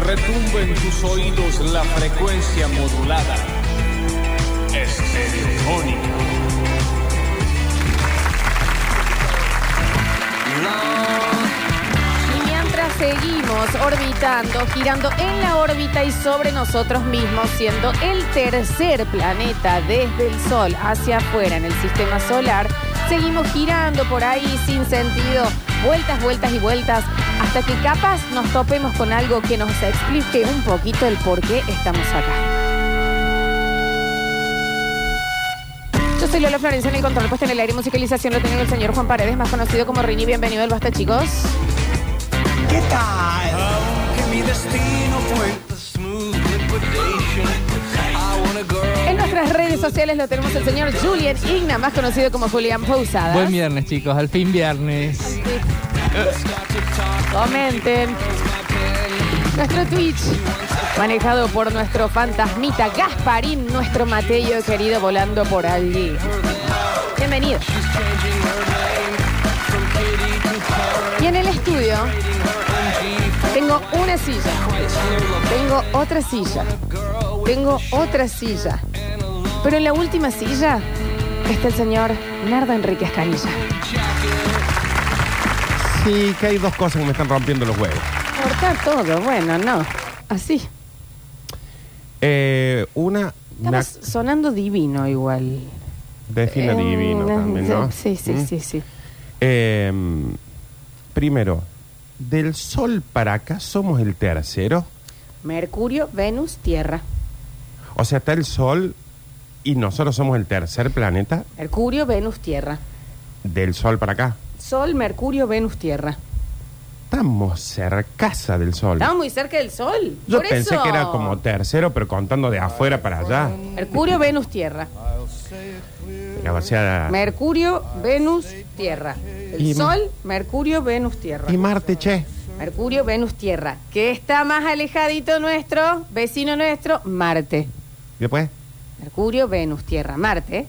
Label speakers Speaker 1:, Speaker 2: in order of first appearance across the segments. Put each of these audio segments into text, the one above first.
Speaker 1: retumbe en tus oídos la frecuencia modulada. Estereofónica.
Speaker 2: Y mientras seguimos orbitando, girando en la órbita y sobre nosotros mismos, siendo el tercer planeta desde el Sol hacia afuera en el sistema solar, seguimos girando por ahí sin sentido, vueltas, vueltas y vueltas, hasta que capaz nos topemos con algo que nos explique un poquito el por qué estamos acá. Yo soy Lola Florencia en el control, puesta en el aire y musicalización lo tiene el señor Juan Paredes, más conocido como Rini. Bienvenido al Basta, chicos.
Speaker 3: ¿Qué tal?
Speaker 4: Aunque mi destino fue the smooth liquidation. I want a girl.
Speaker 2: En nuestras redes sociales lo tenemos el señor Julian Igna, más conocido como Julian Pousada.
Speaker 5: Buen viernes, chicos. Al fin viernes.
Speaker 2: Comenten. Nuestro Twitch, manejado por nuestro fantasmita Gasparín, nuestro Mateo querido volando por allí. Bienvenido. Y en el estudio tengo una silla, tengo otra silla, tengo otra silla. Pero en la última silla está el señor Nardo Enríquez Canilla.
Speaker 3: Sí, que hay dos cosas que me están rompiendo los huevos.
Speaker 2: Cortar todo, bueno, no. Así.
Speaker 3: Eh, una. una
Speaker 2: Estamos sonando divino igual.
Speaker 3: defina
Speaker 2: Eh,
Speaker 3: divino
Speaker 2: una-
Speaker 3: también, ¿no?
Speaker 2: Sí, sí,
Speaker 3: ¿Mm?
Speaker 2: sí, sí.
Speaker 3: Eh, primero, del sol para acá somos el tercero.
Speaker 2: Mercurio, Venus, Tierra.
Speaker 3: O sea, está el sol y nosotros somos el tercer planeta
Speaker 2: Mercurio, Venus, Tierra.
Speaker 3: del sol para acá.
Speaker 2: Sol, Mercurio, Venus, Tierra.
Speaker 3: Estamos cercaza del sol.
Speaker 2: Estamos muy cerca del Sol.
Speaker 3: Yo
Speaker 2: por
Speaker 3: pensé
Speaker 2: eso.
Speaker 3: que era como tercero, pero contando de afuera para allá.
Speaker 2: Mercurio, Venus, Tierra.
Speaker 3: O sea,
Speaker 2: Mercurio, Venus, Tierra. El
Speaker 3: Ah. Y-
Speaker 2: Sol, Mercurio, Venus, Tierra.
Speaker 3: y Marte, che.
Speaker 2: Mercurio, Venus, Tierra. ¿Qué está más alejadito nuestro? Vecino nuestro, Marte.
Speaker 3: Después,
Speaker 2: Mercurio, Venus, Tierra, Marte.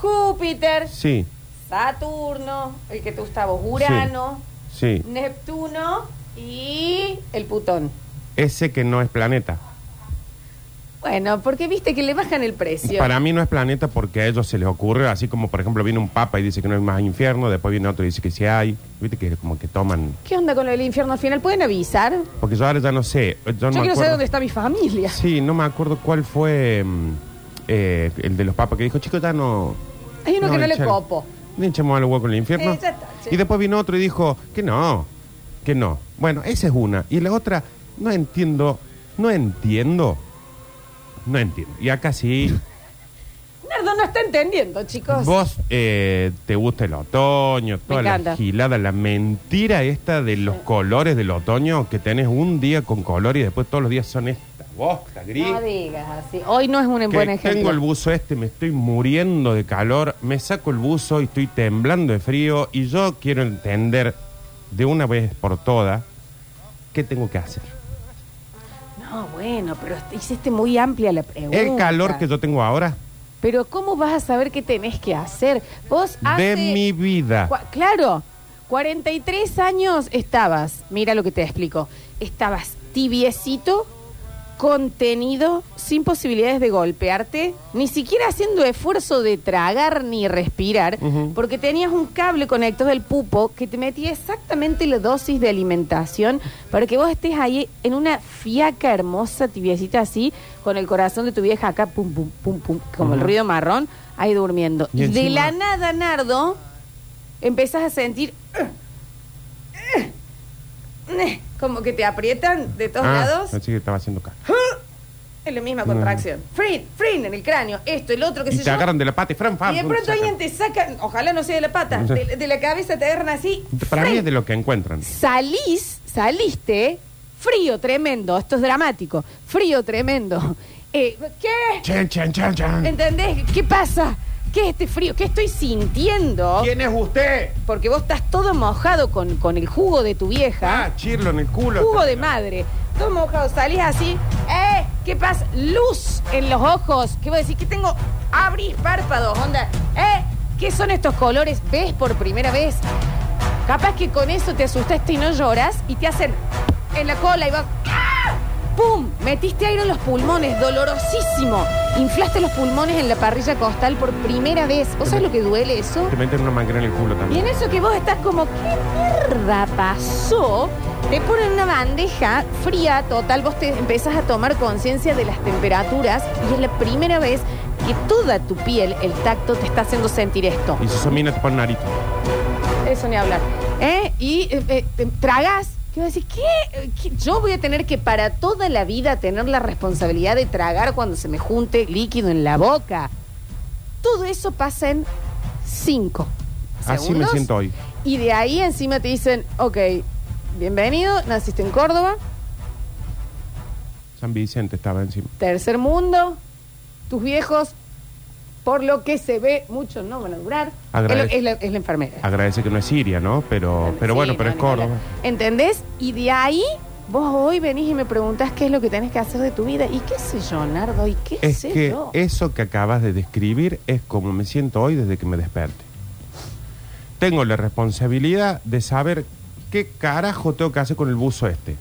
Speaker 2: Júpiter,
Speaker 3: sí,
Speaker 2: Saturno, el que te gusta a vos, Urano,
Speaker 3: sí.
Speaker 2: Neptuno y el putón.
Speaker 3: Ese que no es planeta.
Speaker 2: Bueno, porque viste que le bajan el precio.
Speaker 3: Para mí no es planeta porque a ellos se les ocurre, así como por ejemplo viene un papa y dice que no hay más infierno, después viene otro y dice que sí hay, viste que como que toman,
Speaker 2: ¿Qué onda con lo del infierno al final? ¿Pueden avisar? Yo
Speaker 3: porque yo ahora ya no sé, yo no me
Speaker 2: quiero
Speaker 3: acuerdo.
Speaker 2: saber dónde está mi familia.
Speaker 3: Sí, no me acuerdo cuál fue mm, eh, el de los papas que dijo, chicos, ya no...
Speaker 2: Hay uno que no le
Speaker 3: hinchar-
Speaker 2: copo.
Speaker 3: No hinchemos al hueco en el infierno.
Speaker 2: Eh, ya está, sí.
Speaker 3: Y después vino otro y dijo, que no, que no. Bueno, esa es una. Y la otra, no entiendo, no entiendo, no entiendo. Y acá sí...
Speaker 2: Nardo no está entendiendo, chicos.
Speaker 3: Vos eh, te gusta el otoño, toda
Speaker 2: encanta.
Speaker 3: la gilada, la mentira esta de los colores del otoño, que tenés un día con color y después todos los días son estas bosta gris.
Speaker 2: No digas así. Hoy no es un
Speaker 3: que
Speaker 2: buen
Speaker 3: tengo
Speaker 2: ejemplo.
Speaker 3: el buzo este, me estoy muriendo de calor, me saco el buzo y estoy temblando de frío y yo quiero entender de una vez por todas qué tengo que hacer.
Speaker 2: No, bueno, pero te hiciste muy amplia la pregunta.
Speaker 3: El calor que yo tengo ahora
Speaker 2: Pero ¿cómo vas a saber qué tenés que hacer? Vos hace...
Speaker 3: de mi vida.
Speaker 2: Cua- Claro, 43 años estabas, mira lo que te explico, estabas tibiecito, contenido, sin posibilidades de golpearte, ni siquiera haciendo esfuerzo de tragar ni respirar,
Speaker 3: Ujú.
Speaker 2: porque tenías un cable conectado del pupo que te metía exactamente la dosis de alimentación para que vos estés ahí en una fiaca hermosa, tibiecita así, con el corazón de tu vieja acá, pum, pum, pum, pum, como el ruido marrón, ahí durmiendo.
Speaker 3: Y
Speaker 2: Y de
Speaker 3: encima-
Speaker 2: la nada, Nardo, empezás a sentir "Ugh, ugh, ugh", como que te aprietan de todos
Speaker 3: Ah,
Speaker 2: lados.
Speaker 3: pensé que estaba haciendo caca.
Speaker 2: Es la misma contracción. Frin, frin en el cráneo, esto, el otro, que
Speaker 3: Y
Speaker 2: se
Speaker 3: te agarran de la pata y fran, fran,
Speaker 2: y de
Speaker 3: fran,
Speaker 2: pronto
Speaker 3: sacan.
Speaker 2: alguien te saca, ojalá no sea de la pata, de, de la cabeza te agarran así.
Speaker 3: Para
Speaker 2: frin.
Speaker 3: mí es de lo que encuentran.
Speaker 2: Salís, saliste, frío tremendo, esto es dramático, frío tremendo. Eh, ¿Qué?
Speaker 3: Chan, chan, chan, chan.
Speaker 2: ¿Entendés? ¿Qué pasa? ¿Qué es este frío? ¿Qué estoy sintiendo?
Speaker 3: ¿Quién es usted?
Speaker 2: Porque vos estás todo mojado con, con el jugo de tu vieja.
Speaker 3: Ah, chirlo en el culo.
Speaker 2: Jugo de madre. Todo mojado. Salís así. ¡Eh! ¿Qué pasa? Luz en los ojos. ¿Qué voy a decir? ¿Qué tengo? Abrís párpados, onda. ¡Eh! ¿Qué son estos colores? ¿Ves por primera vez? Capaz que con eso te asustaste y no lloras y te hacen en la cola y vas. ¡Ah! ¡Pum! Metiste aire en los pulmones, dolorosísimo. Inflaste los pulmones en la parrilla costal por primera vez. ¿Vos sabés lo que duele eso?
Speaker 3: Te meten una manguera en el culo
Speaker 2: Y
Speaker 3: también.
Speaker 2: en eso que vos estás como, ¿qué mierda pasó? Te ponen una bandeja fría, total, vos te empezás a tomar conciencia de las temperaturas y es la primera vez que toda tu piel, el tacto, te está haciendo sentir esto.
Speaker 3: Y si son minas te ponen narito.
Speaker 2: Eso ni hablar. ¿Eh? Y eh, eh, te tragas. ¿Qué vas a decir? ¿Qué? Eh, ¿Qué? Yo voy a tener que para toda la vida tener la responsabilidad de tragar cuando se me junte líquido en la boca. Todo eso pasa en cinco
Speaker 3: Así me
Speaker 2: segundos.
Speaker 3: siento hoy.
Speaker 2: Y de ahí encima te dicen, ok, bienvenido, naciste en Córdoba,
Speaker 3: San Vicente estaba encima.
Speaker 2: tercer mundo, tus viejos, por lo que se ve, muchos no van a durar. Es, lo-
Speaker 3: Agradece-
Speaker 2: es la, es la enfermera.
Speaker 3: Agradece que no es Siria, Ah, ¿no? Pero, pero
Speaker 2: Sí,
Speaker 3: bueno, pero
Speaker 2: no,
Speaker 3: es
Speaker 2: ni hablar.
Speaker 3: Córdoba.
Speaker 2: ¿Entendés? Y de ahí vos hoy venís y me preguntás qué es lo que tenés que hacer de tu vida. ¿Y qué sé yo, Nardo? ¿Y qué
Speaker 3: Es
Speaker 2: sé
Speaker 3: que
Speaker 2: yo?
Speaker 3: eso que acabas de describir es como me siento hoy desde que me desperté. Tengo la responsabilidad de saber qué carajo tengo que hacer con el buzo este.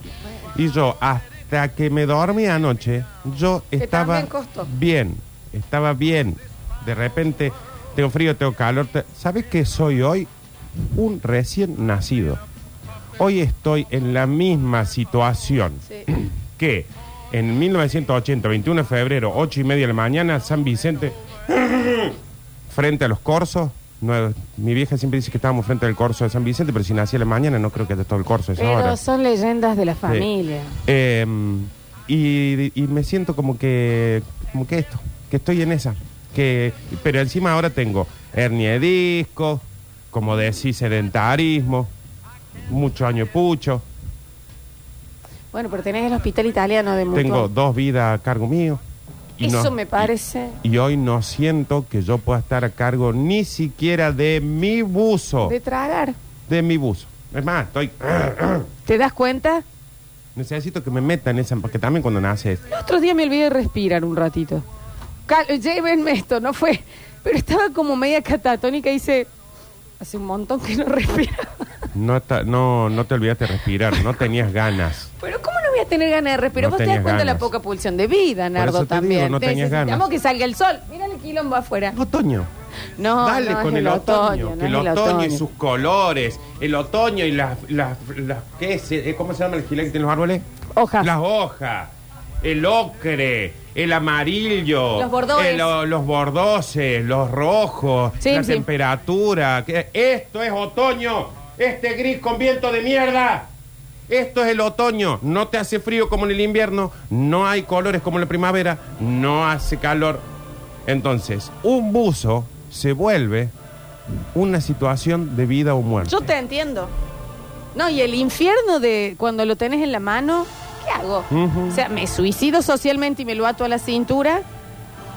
Speaker 3: Y yo, hasta que me dormí anoche, yo estaba
Speaker 2: también costó.
Speaker 3: bien, estaba bien. De repente, tengo frío, tengo calor. te- ¿Sabes qué soy hoy? Un recién nacido. Hoy estoy en la misma situación
Speaker 2: Sí.
Speaker 3: que en 1980, 21 de febrero, 8 y media de la mañana, San Vicente, frente a los corsos. No, mi vieja siempre dice que estábamos frente al corso de San Vicente, pero si nací a la mañana no creo que haya todo el corso a esa hora.
Speaker 2: Pero son leyendas de la
Speaker 3: Sí.
Speaker 2: familia.
Speaker 3: Eh, y, y me siento como que, como que esto, que estoy en esa. Que, pero encima ahora tengo hernia de disco, como decís, sedentarismo, mucho año de pucho.
Speaker 2: Bueno, pero tenés el hospital italiano de Mutuam.
Speaker 3: Tengo dos vidas a cargo mío. y
Speaker 2: Eso
Speaker 3: no-
Speaker 2: me parece...
Speaker 3: Y hoy no siento que yo pueda estar a cargo ni siquiera de mi buzo.
Speaker 2: De
Speaker 3: De,
Speaker 2: tragar.
Speaker 3: mi buzo. Es más, estoy.
Speaker 2: ¿Te das cuenta?
Speaker 3: Necesito que me metan esa. Porque también cuando naces.
Speaker 2: El otro día me olvidé de respirar un ratito. Cal- eh, Llévenme esto, no fue. Pero estaba como media catatónica y hice. Hace un montón que no respiraba.
Speaker 3: No, ta- no, no te olvidaste de respirar. No tenías ganas.
Speaker 2: Pero ¿cómo no voy a tener ganas de respirar? Vos
Speaker 3: No
Speaker 2: te das
Speaker 3: tenías
Speaker 2: cuenta de la
Speaker 3: ganas.
Speaker 2: poca pulsión de vida, Nardo,
Speaker 3: eso te
Speaker 2: también.
Speaker 3: digo, no tenías
Speaker 2: Necesitamos
Speaker 3: ganas.
Speaker 2: que salga el sol. Mira el quilombo afuera.
Speaker 3: Otoño.
Speaker 2: No,
Speaker 3: Dale
Speaker 2: no,
Speaker 3: con
Speaker 2: es
Speaker 3: el otoño.
Speaker 2: no
Speaker 3: que el
Speaker 2: es
Speaker 3: otoño, y sus colores. El otoño y las. las, las- ¿qué es? Eh, ¿Cómo se llama el gilete que tiene los árboles?
Speaker 2: Hojas.
Speaker 3: Las hojas. El ocre. El amarillo.
Speaker 2: Los bordones.
Speaker 3: el, o- los bordoses. Los rojos.
Speaker 2: Sí,
Speaker 3: la
Speaker 2: sí.
Speaker 3: temperatura. que- esto es otoño. Este gris con viento de mierda. Esto es el otoño, no te hace frío como en el invierno, no hay colores como en la primavera, no hace calor. Entonces, un buzo se vuelve una situación de vida o muerte.
Speaker 2: Yo te entiendo. No, y el infierno de cuando lo tenés en la mano, ¿qué hago?
Speaker 3: Ujú.
Speaker 2: O sea, ¿me suicido socialmente y me lo ato a la cintura?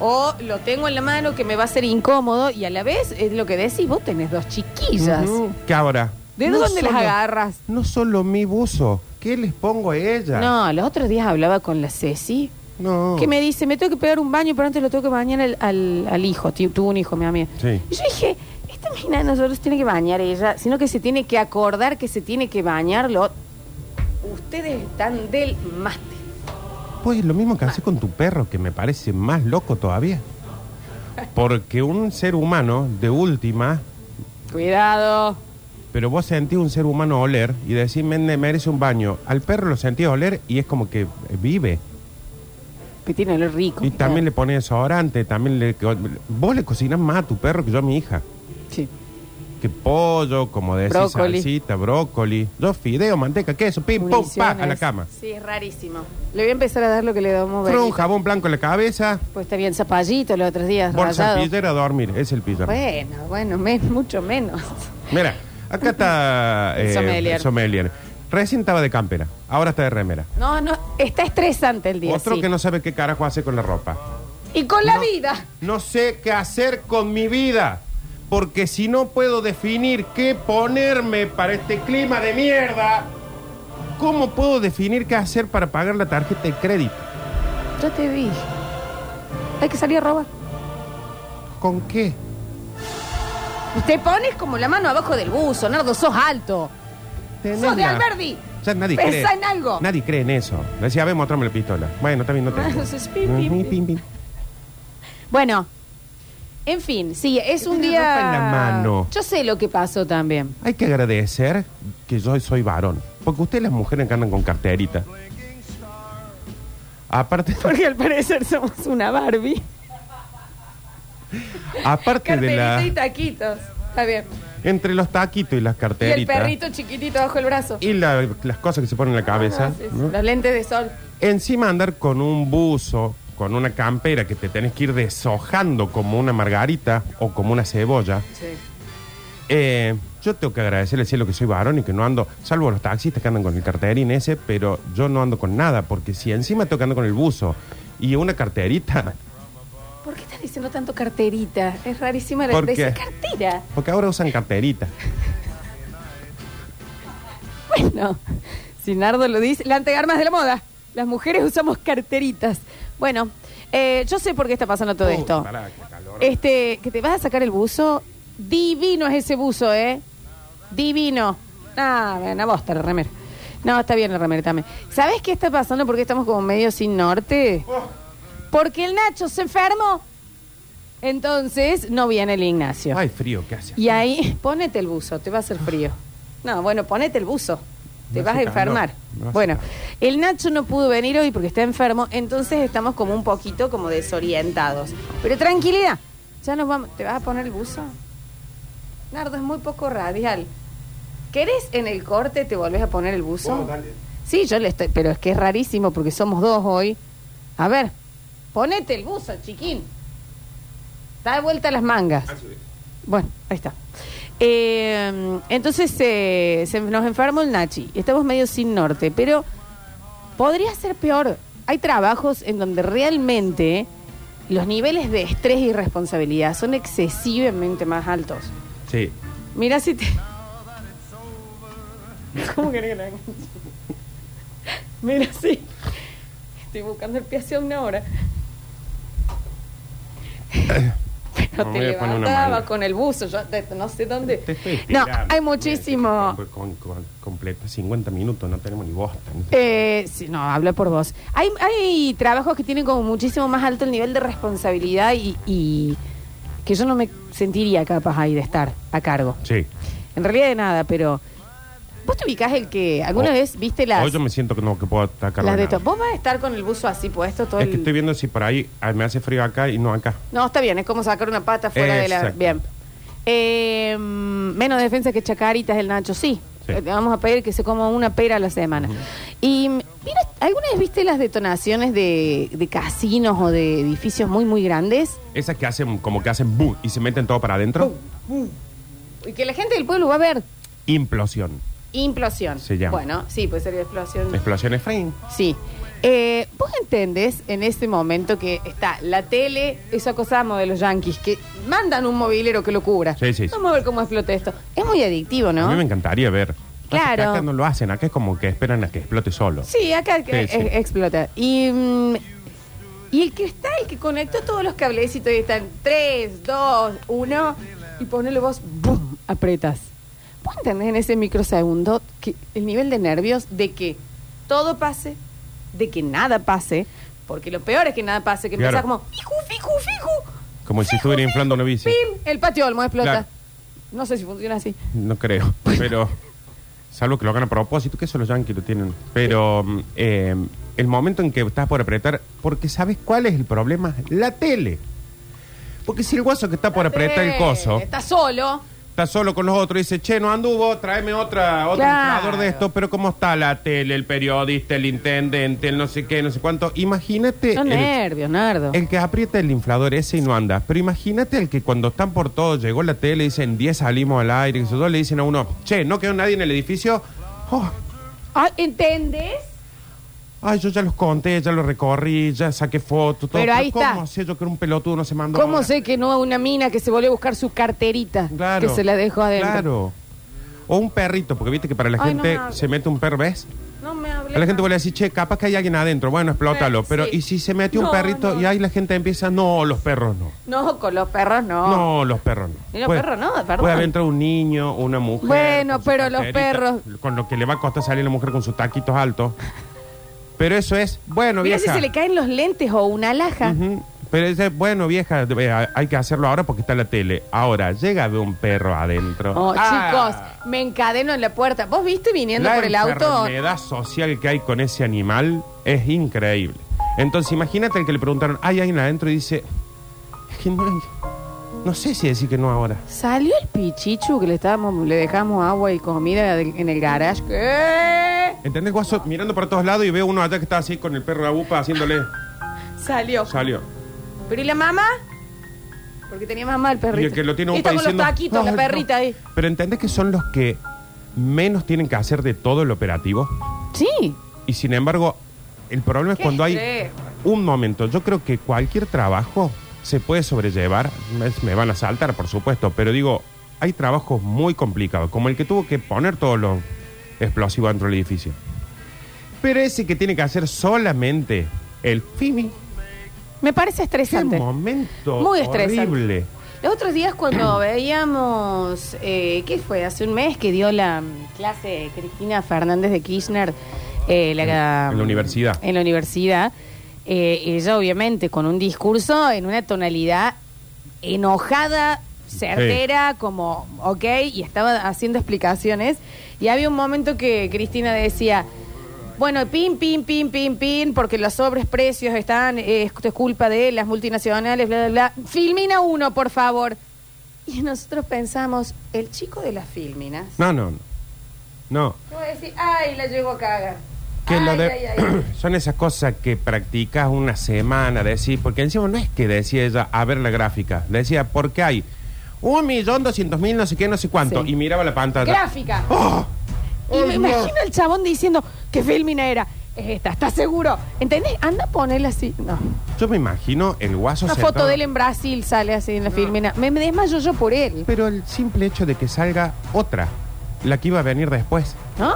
Speaker 2: ¿O lo tengo en la mano que me va a ser incómodo? Y a la vez, es lo que decís, vos tenés dos chiquillas.
Speaker 3: Ujú. ¿Qué habrá?
Speaker 2: ¿De
Speaker 3: No
Speaker 2: dónde las
Speaker 3: solo-
Speaker 2: agarras?
Speaker 3: No solo mi buzo, ¿qué les pongo a ella?
Speaker 2: No, los otros días hablaba con la Ceci,
Speaker 3: No.
Speaker 2: que me dice, me tengo que pegar un baño, pero antes lo tengo que bañar al, al- al hijo. Tío, tuvo un hijo, mi amiga.
Speaker 3: Sí.
Speaker 2: Y yo dije, esta mina no solo se tiene que bañar ella, sino que se tiene que acordar que se tiene que bañarlo. Ustedes están del mate.
Speaker 3: Pues lo mismo que hace con tu perro, que me parece más loco todavía. Porque un ser humano, de última,
Speaker 2: Cuidado.
Speaker 3: Pero vos sentís un ser humano oler y decís, "Me- me merece un baño. Al perro lo sentís oler y es como que eh, vive.
Speaker 2: Que tiene olor rico.
Speaker 3: Y también le pones desodorante, también le... Vos le cocinás más a tu perro que yo a mi hija.
Speaker 2: Sí.
Speaker 3: Que pollo, como decís,
Speaker 2: Brócoli.
Speaker 3: salsita, brócoli. Yo fideo, manteca, queso, pim, pum, pa, a la
Speaker 2: Municiones.
Speaker 3: cama.
Speaker 2: Sí, es rarísimo. Le voy a empezar a dar lo que le damos.
Speaker 3: Fue un
Speaker 2: Benito.
Speaker 3: jabón blanco en la cabeza,
Speaker 2: Pues está bien zapallito los otros días.
Speaker 3: bolsa
Speaker 2: rayado.
Speaker 3: pillera a dormir. Es el pillero.
Speaker 2: Bueno, bueno, men- mucho menos.
Speaker 3: Mira, acá está...
Speaker 2: El sommelier.
Speaker 3: el sommelier. Recién estaba de campera, ahora está de remera.
Speaker 2: No, no, está estresante el día.
Speaker 3: Otro
Speaker 2: sí.
Speaker 3: que no sabe qué carajo hace con la ropa.
Speaker 2: Y con la
Speaker 3: No-
Speaker 2: vida.
Speaker 3: No sé qué hacer con mi vida. Porque si no puedo definir qué ponerme para este clima de mierda, ¿cómo puedo definir qué hacer para pagar la tarjeta de crédito?
Speaker 2: Yo te vi. Hay que salir a robar.
Speaker 3: ¿Con qué?
Speaker 2: Te pones como la mano abajo del buzo, Nardo, sos alto.
Speaker 3: Tenés
Speaker 2: ¡Sos de
Speaker 3: la-
Speaker 2: Alberdi!
Speaker 3: Ya nadie
Speaker 2: Pensá
Speaker 3: cree.
Speaker 2: en algo.
Speaker 3: Nadie cree en eso. Le decía, a ver, mostrame la pistola. Bueno, también no te.
Speaker 2: Entonces, pim, pim, pim. Bueno, en fin, sí, es un
Speaker 3: Tiene
Speaker 2: día.
Speaker 3: ropa en la mano.
Speaker 2: Yo sé lo que pasó también.
Speaker 3: Hay que agradecer que yo soy varón. Porque ustedes las mujeres que andan con carterita. Aparte,
Speaker 2: Porque al parecer somos una Barbie.
Speaker 3: aparte de
Speaker 2: Carterita
Speaker 3: la.
Speaker 2: y taquitos. Está bien.
Speaker 3: Entre los taquitos y las
Speaker 2: Y el
Speaker 3: carteritas.
Speaker 2: perrito chiquitito bajo el brazo. Ah,
Speaker 3: Y la- las cosas que se ponen en la cabeza.
Speaker 2: Sí, sí,
Speaker 3: ¿no?
Speaker 2: Los lentes de sol.
Speaker 3: Encima andar con un buzo, con una campera que te tenés que ir deshojando como una margarita o como una cebolla.
Speaker 2: Sí.
Speaker 3: Eh, yo tengo que agradecerle al cielo que soy varón y que no ando, salvo los taxistas que andan con el carterín ese, pero yo no ando con nada, porque si encima tengo que andar con el buzo y una carterita,
Speaker 2: ¿Por qué estás diciendo tanto carterita? Es rarísima la
Speaker 3: ¿Por qué?
Speaker 2: decir cartera.
Speaker 3: porque ahora usan carterita.
Speaker 2: Bueno, si Nardo lo dice, la antegarmas de la moda. Las mujeres usamos carteritas. Bueno, eh, yo sé por qué está pasando todo
Speaker 3: Uh,
Speaker 2: esto.
Speaker 3: pará, qué calor.
Speaker 2: Este, que te vas a sacar el buzo. Divino es ese buzo, ¿eh? Divino. Ah, ven, a vos está la remera. No, está bien la remera también. ¿Sabés qué está pasando? Porque estamos como medio sin norte.
Speaker 3: Oh.
Speaker 2: Porque el Nacho se enfermó. Entonces no viene el Ignacio.
Speaker 3: Ay, frío, ¿qué hace?
Speaker 2: Y ahí, ponete el buzo, te va a hacer frío. No, bueno, ponete el buzo, te
Speaker 3: Me
Speaker 2: vas a
Speaker 3: hace
Speaker 2: enfermar.
Speaker 3: calor, me hace
Speaker 2: Bueno,
Speaker 3: calor.
Speaker 2: el Nacho no pudo venir hoy porque está enfermo, entonces estamos como un poquito como desorientados. Pero tranquilidad, ya nos vamos. ¿Te vas a poner el buzo? Nardo, es muy poco radial. ¿Querés en el corte te volvés a poner el buzo?
Speaker 3: Vos, dale.
Speaker 2: Sí, yo le estoy, pero es que es rarísimo porque somos dos hoy. A ver, ponete el buzo, chiquín. Da vuelta las mangas. Bueno, ahí está. Eh, entonces eh, se, nos enfermó el Nachi. Estamos medio sin norte, pero podría ser peor. Hay trabajos en donde realmente los niveles de estrés y responsabilidad son excesivamente más altos.
Speaker 3: Sí.
Speaker 2: Mira si te. ¿Cómo querés que la enganche? Mira si. Estoy buscando el pie hace una hora. Pero
Speaker 3: Me
Speaker 2: te
Speaker 3: voy a poner una
Speaker 2: levantaba
Speaker 3: manga.
Speaker 2: con el buzo, yo de- no sé dónde.
Speaker 3: Te estoy
Speaker 2: no,
Speaker 3: estirando.
Speaker 2: hay muchísimo.
Speaker 3: Con, con- con- completa 50 minutos, no tenemos ni bosta. ni-
Speaker 2: Eh, sí, no, habla por vos. Hay, hay trabajos que tienen como muchísimo más alto el nivel de responsabilidad y, y que yo no me sentiría capaz ahí de estar a cargo.
Speaker 3: Sí.
Speaker 2: En realidad de nada, pero. ¿Vos te ubicás el que alguna
Speaker 3: Oh.
Speaker 2: vez viste las,
Speaker 3: Hoy yo me siento que no que puedo atacar
Speaker 2: las de
Speaker 3: nada.
Speaker 2: to- ¿Vos vas a estar con el buzo así puesto todo
Speaker 3: Es
Speaker 2: el-
Speaker 3: que estoy viendo si por ahí ah, me hace frío acá y no acá.
Speaker 2: No, está bien, es como sacar una pata fuera de la.
Speaker 3: Exacto.
Speaker 2: Bien. Eh, mm, menos defensa que Chacaritas el Nacho, sí.
Speaker 3: Sí.
Speaker 2: Eh, Vamos a pedir que se coma una pera a la semana. Y mm, mira, ¿alguna vez viste las detonaciones de, de casinos o de edificios muy, muy grandes?
Speaker 3: Esas que hacen como que hacen boom y se meten todo para adentro.
Speaker 2: Y que la gente del pueblo va a ver.
Speaker 3: Implosión.
Speaker 2: Implosión.
Speaker 3: Se llama.
Speaker 2: Bueno, sí, puede ser explosión.
Speaker 3: Explosión es frame.
Speaker 2: Sí. Eh, ¿Vos entendés en este momento que está la tele, eso acosamos de los yanquis, que mandan un mobilero que lo cubra?
Speaker 3: Sí, sí, sí.
Speaker 2: Vamos a ver cómo explota esto. Es muy adictivo, ¿no?
Speaker 3: A mí me encantaría ver.
Speaker 2: Claro.
Speaker 3: Pasa que Acá no lo hacen, acá es como que esperan a que explote solo.
Speaker 2: Sí, acá que-
Speaker 3: Sí, sí.
Speaker 2: eh, explota. Y, mm, y el que está, el que conectó todos los cablecitos y están 3, 2, 1 y ponele vos, ¡boom! Apretas. ¿Vos entendés en ese microsegundo que el nivel de nervios de que todo pase, de que nada pase? Porque lo peor es que nada pase, que
Speaker 3: Claro.
Speaker 2: empieza como, ¡fiju, fiju, fiju!
Speaker 3: Como si estuviera inflando una bici.
Speaker 2: ¡Pim! El patio Olmo explota.
Speaker 3: Claro.
Speaker 2: No sé si funciona así.
Speaker 3: No creo. Pero. Salvo que lo hagan a propósito, que eso los yankees lo tienen. Pero mm, eh, el momento en que estás por apretar, porque ¿sabes cuál es el problema? La tele. Porque si el guaso que está por apretar el coso
Speaker 2: Eh, Está solo.
Speaker 3: está solo con los otros y dice, che, no anduvo, tráeme otra, otro
Speaker 2: Claro.
Speaker 3: inflador de esto, pero ¿cómo está la tele, el periodista, el intendente, el no sé qué, no sé cuánto? Imagínate
Speaker 2: Son
Speaker 3: el,
Speaker 2: nervios, Nardo.
Speaker 3: el que aprieta el inflador ese y no anda, pero imagínate el que cuando están por todo, llegó la tele, dicen 10 salimos al aire, y eso, le dicen a uno, che, no quedó nadie en el edificio, Oh,
Speaker 2: Ah, ¿Entendés?
Speaker 3: ay, yo ya los conté, ya los recorrí, ya saqué fotos, todo,
Speaker 2: Pero ahí
Speaker 3: ¿cómo
Speaker 2: está.
Speaker 3: sé yo que era un pelotudo no se mandó?
Speaker 2: ¿Cómo
Speaker 3: ahora?
Speaker 2: sé que no a una mina que se volvió a buscar su carterita?
Speaker 3: Claro.
Speaker 2: Que se la dejó adentro.
Speaker 3: Claro. O un perrito, porque viste que para la
Speaker 2: Ay, no
Speaker 3: gente
Speaker 2: me hables.
Speaker 3: se mete un perro, ¿ves?
Speaker 2: No me
Speaker 3: A la gente vuelve a decir, che, capaz que hay alguien adentro. Bueno, explótalo.
Speaker 2: Sí.
Speaker 3: Pero, ¿y si se metió
Speaker 2: No,
Speaker 3: un perrito
Speaker 2: no.
Speaker 3: y ahí la gente empieza? No, los perros no.
Speaker 2: No, con los perros no.
Speaker 3: No, los perros no.
Speaker 2: Y los perros no, perdón.
Speaker 3: Puede haber entrado un niño, una mujer.
Speaker 2: Bueno,
Speaker 3: con su
Speaker 2: pero los
Speaker 3: carterita,
Speaker 2: perros-
Speaker 3: Con lo que le va a costar salir la mujer con sus taquitos altos. Pero eso es, bueno,
Speaker 2: Mira si
Speaker 3: vieja.
Speaker 2: se le caen los lentes o una alhaja.
Speaker 3: Ujú. Pero dice, bueno, vieja, eh, hay que hacerlo ahora porque está la tele. Ahora, llega de un perro adentro.
Speaker 2: Oh,
Speaker 3: Ah,
Speaker 2: chicos, me encadeno en la puerta. ¿Vos viste viniendo
Speaker 3: la
Speaker 2: por el auto?
Speaker 3: enfermedad social que hay con ese animal es increíble. Entonces, imagínate el que le preguntaron, ¿hay alguien adentro? Y dice, es que no hay- No sé si decir que no ahora.
Speaker 2: ¿Salió el pichichu que le estábamos, le dejamos agua y comida del- en el garage? ¿Qué?
Speaker 3: ¿Entendés, guaso? Mirando para todos lados y veo uno allá que está así con el perro de la bupa haciéndole.
Speaker 2: Salió.
Speaker 3: Salió.
Speaker 2: ¿Pero y la mamá? Porque tenía mamá el perrito.
Speaker 3: Y el que lo
Speaker 2: Y
Speaker 3: tiene un
Speaker 2: está
Speaker 3: país
Speaker 2: con los taquitos, la perrita ahí.
Speaker 3: Pero ¿entendés que son los que menos tienen que hacer de todo el operativo?
Speaker 2: Sí.
Speaker 3: Y sin embargo, el problema es
Speaker 2: Qué
Speaker 3: cuando hay
Speaker 2: estrés.
Speaker 3: un momento. Yo creo que cualquier trabajo se puede sobrellevar. Me, me van a saltar, por supuesto, pero digo, hay trabajos muy complicados, como el que tuvo que poner todos los explosivos dentro del edificio. Pero ese que tiene que hacer solamente el FIMI,
Speaker 2: Me parece
Speaker 3: qué
Speaker 2: estresante.
Speaker 3: momento
Speaker 2: Muy estresante.
Speaker 3: horrible.
Speaker 2: Los otros días cuando veíamos, eh, ¿qué fue? Hace un mes que dio la mm, clase de Cristina Fernández de Kirchner eh,
Speaker 3: En la universidad.
Speaker 2: En la universidad. eh, ella obviamente con un discurso en una tonalidad enojada, certera, como, ok, y estaba haciendo explicaciones. Y había un momento que Cristina decía, bueno, pin, pin, pin, pin, pin, porque los sobresprecios están, eh, esto es culpa de las multinacionales, bla, bla, bla. Filmina uno, por favor. Y nosotros pensamos, el chico de las filminas.
Speaker 3: No, no, no. No.
Speaker 2: Yo voy a decir, ay, la llego a cagar.
Speaker 3: Que lo
Speaker 2: Ay,
Speaker 3: de-
Speaker 2: ay, ay.
Speaker 3: son esas cosas que practicas una semana, decís, porque encima no es que decía ella, a ver la gráfica, decía, porque hay un millón doscientos mil, no sé qué, no sé cuánto,
Speaker 2: Sí.
Speaker 3: y miraba la pantalla.
Speaker 2: Gráfica.
Speaker 3: ¡Oh!
Speaker 2: Y me
Speaker 3: ¡Ay, no!
Speaker 2: imagino al chabón diciendo que filmina era. Es esta, ¿estás seguro? ¿Entendés? Anda a ponerla así. No.
Speaker 3: Yo me imagino el guaso
Speaker 2: Una
Speaker 3: sentado-
Speaker 2: foto de él en Brasil sale así en la filmina. Me, me desmayo yo por él.
Speaker 3: Pero el simple hecho de que salga otra, la que iba a venir después.
Speaker 2: ¿No?